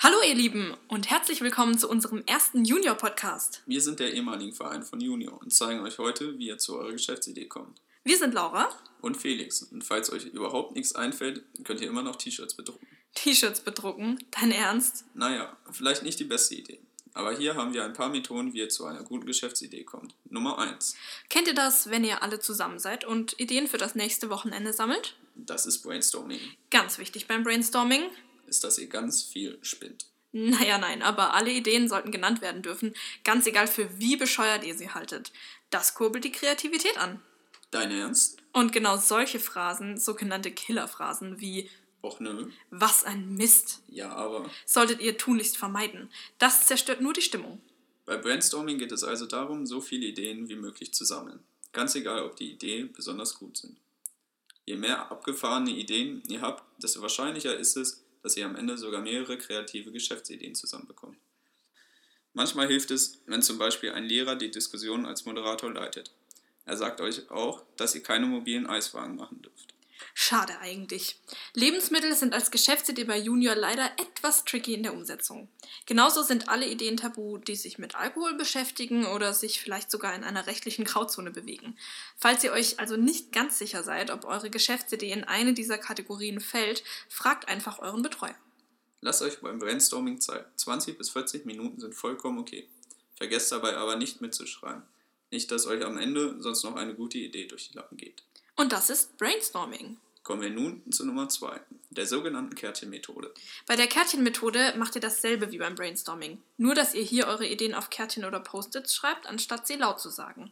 Hallo ihr Lieben und herzlich willkommen zu unserem ersten Junior-Podcast. Wir sind der ehemaligen Verein von Junior und zeigen euch heute, wie ihr zu eurer Geschäftsidee kommt. Wir sind Laura, Und Felix. Und falls euch überhaupt nichts einfällt, könnt ihr immer noch T-Shirts bedrucken. T-Shirts bedrucken, dein Ernst? Naja, vielleicht nicht die beste Idee. Aber hier haben wir ein paar Methoden, wie ihr zu einer guten Geschäftsidee kommt. Nummer 1. Kennt ihr das, wenn ihr alle zusammen seid und Ideen für das nächste Wochenende sammelt? Das ist Brainstorming. Ganz wichtig beim Brainstorming. Ist, dass ihr ganz viel spinnt. Naja, nein, aber alle Ideen sollten genannt werden dürfen, ganz egal für wie bescheuert ihr sie haltet. Das kurbelt die Kreativität an. Dein Ernst? Und genau solche Phrasen, sogenannte Killerphrasen wie Och nö. was ein Mist, Ja, aber. solltet ihr tunlichst vermeiden. Das zerstört nur die Stimmung. Bei Brainstorming geht es also darum, so viele Ideen wie möglich zu sammeln. Ganz egal, ob die Ideen besonders gut sind. Je mehr abgefahrene Ideen ihr habt, desto wahrscheinlicher ist es, dass ihr am Ende sogar mehrere kreative Geschäftsideen zusammenbekommt. Manchmal hilft es, wenn zum Beispiel ein Lehrer die Diskussion als Moderator leitet. Er sagt euch auch, dass ihr keine mobilen Eiswagen machen dürft. Schade eigentlich. Lebensmittel sind als Geschäftsidee bei Junior leider etwas tricky in der Umsetzung. Genauso sind alle Ideen tabu, die sich mit Alkohol beschäftigen oder sich vielleicht sogar in einer rechtlichen Grauzone bewegen. Falls ihr euch also nicht ganz sicher seid, ob eure Geschäftsidee in eine dieser Kategorien fällt, fragt einfach euren Betreuer. Lasst euch beim Brainstorming Zeit. 20 bis 40 Minuten sind vollkommen okay. Vergesst dabei aber nicht mitzuschreiben. Nicht, dass euch am Ende sonst noch eine gute Idee durch die Lappen geht. Und das ist Brainstorming. Kommen wir nun zu Nummer 2, der sogenannten Kärtchenmethode. Bei der Kärtchenmethode macht ihr dasselbe wie beim Brainstorming, nur dass ihr hier eure Ideen auf Kärtchen oder Post-its schreibt, anstatt sie laut zu sagen.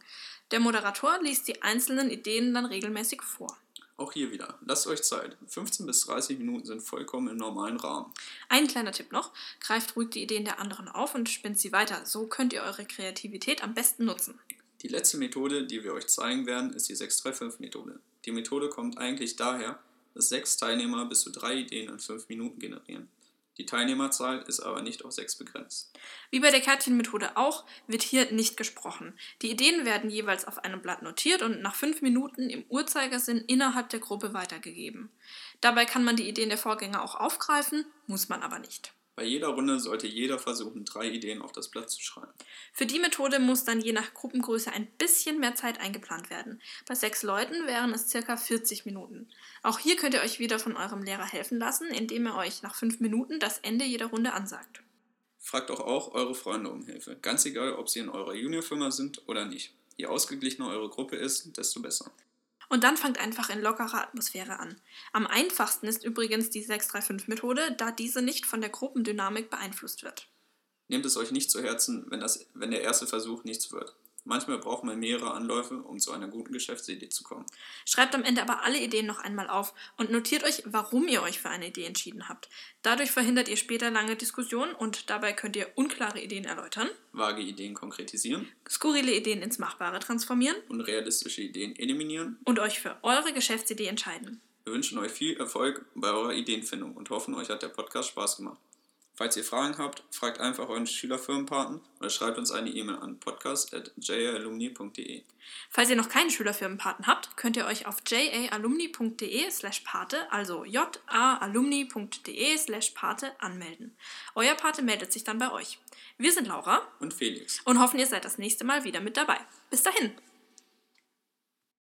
Der Moderator liest die einzelnen Ideen dann regelmäßig vor. Auch hier wieder, lasst euch Zeit. 15 bis 30 Minuten sind vollkommen im normalen Rahmen. Ein kleiner Tipp noch, greift ruhig die Ideen der anderen auf und spinnt sie weiter, so könnt ihr eure Kreativität am besten nutzen. Die letzte Methode, die wir euch zeigen werden, ist die 635-Methode. Die Methode kommt eigentlich daher, dass sechs Teilnehmer bis zu drei Ideen in fünf Minuten generieren. Die Teilnehmerzahl ist aber nicht auf sechs begrenzt. Wie bei der Kärtchenmethode auch, wird hier nicht gesprochen. Die Ideen werden jeweils auf einem Blatt notiert und nach fünf Minuten im Uhrzeigersinn innerhalb der Gruppe weitergegeben. Dabei kann man die Ideen der Vorgänger auch aufgreifen, muss man aber nicht. Bei jeder Runde sollte jeder versuchen, drei Ideen auf das Blatt zu schreiben. Für die Methode muss dann je nach Gruppengröße ein bisschen mehr Zeit eingeplant werden. Bei sechs Leuten wären es circa 40 Minuten. Auch hier könnt ihr euch wieder von eurem Lehrer helfen lassen, indem er euch nach fünf Minuten das Ende jeder Runde ansagt. Fragt doch auch eure Freunde um Hilfe, ganz egal, ob sie in eurer Juniorfirma sind oder nicht. Je ausgeglichener eure Gruppe ist, desto besser. Und dann fangt einfach in lockerer Atmosphäre an. Am einfachsten ist übrigens die 635-Methode, da diese nicht von der Gruppendynamik beeinflusst wird. Nehmt es euch nicht zu Herzen, wenn, das, wenn der erste Versuch nichts wird. Manchmal braucht man mehrere Anläufe, um zu einer guten Geschäftsidee zu kommen. Schreibt am Ende aber alle Ideen noch einmal auf und notiert euch, warum ihr euch für eine Idee entschieden habt. Dadurch verhindert ihr später lange Diskussionen und dabei könnt ihr unklare Ideen erläutern, Vage Ideen konkretisieren skurrile Ideen ins Machbare transformieren und realistische Ideen eliminieren. und euch für eure Geschäftsidee entscheiden. Wir wünschen euch viel Erfolg bei eurer Ideenfindung und hoffen, euch hat der Podcast Spaß gemacht. Falls ihr Fragen habt, fragt einfach euren Schülerfirmenpaten oder schreibt uns eine E-Mail an podcast.jalumni.de. Falls ihr noch keinen Schülerfirmenpaten habt, könnt ihr euch auf jaalumni.de slash pate, also jaalumni.de slash pate anmelden. Euer Pate meldet sich dann bei euch. Wir sind Laura Und Felix. und hoffen, ihr seid das nächste Mal wieder mit dabei. Bis dahin!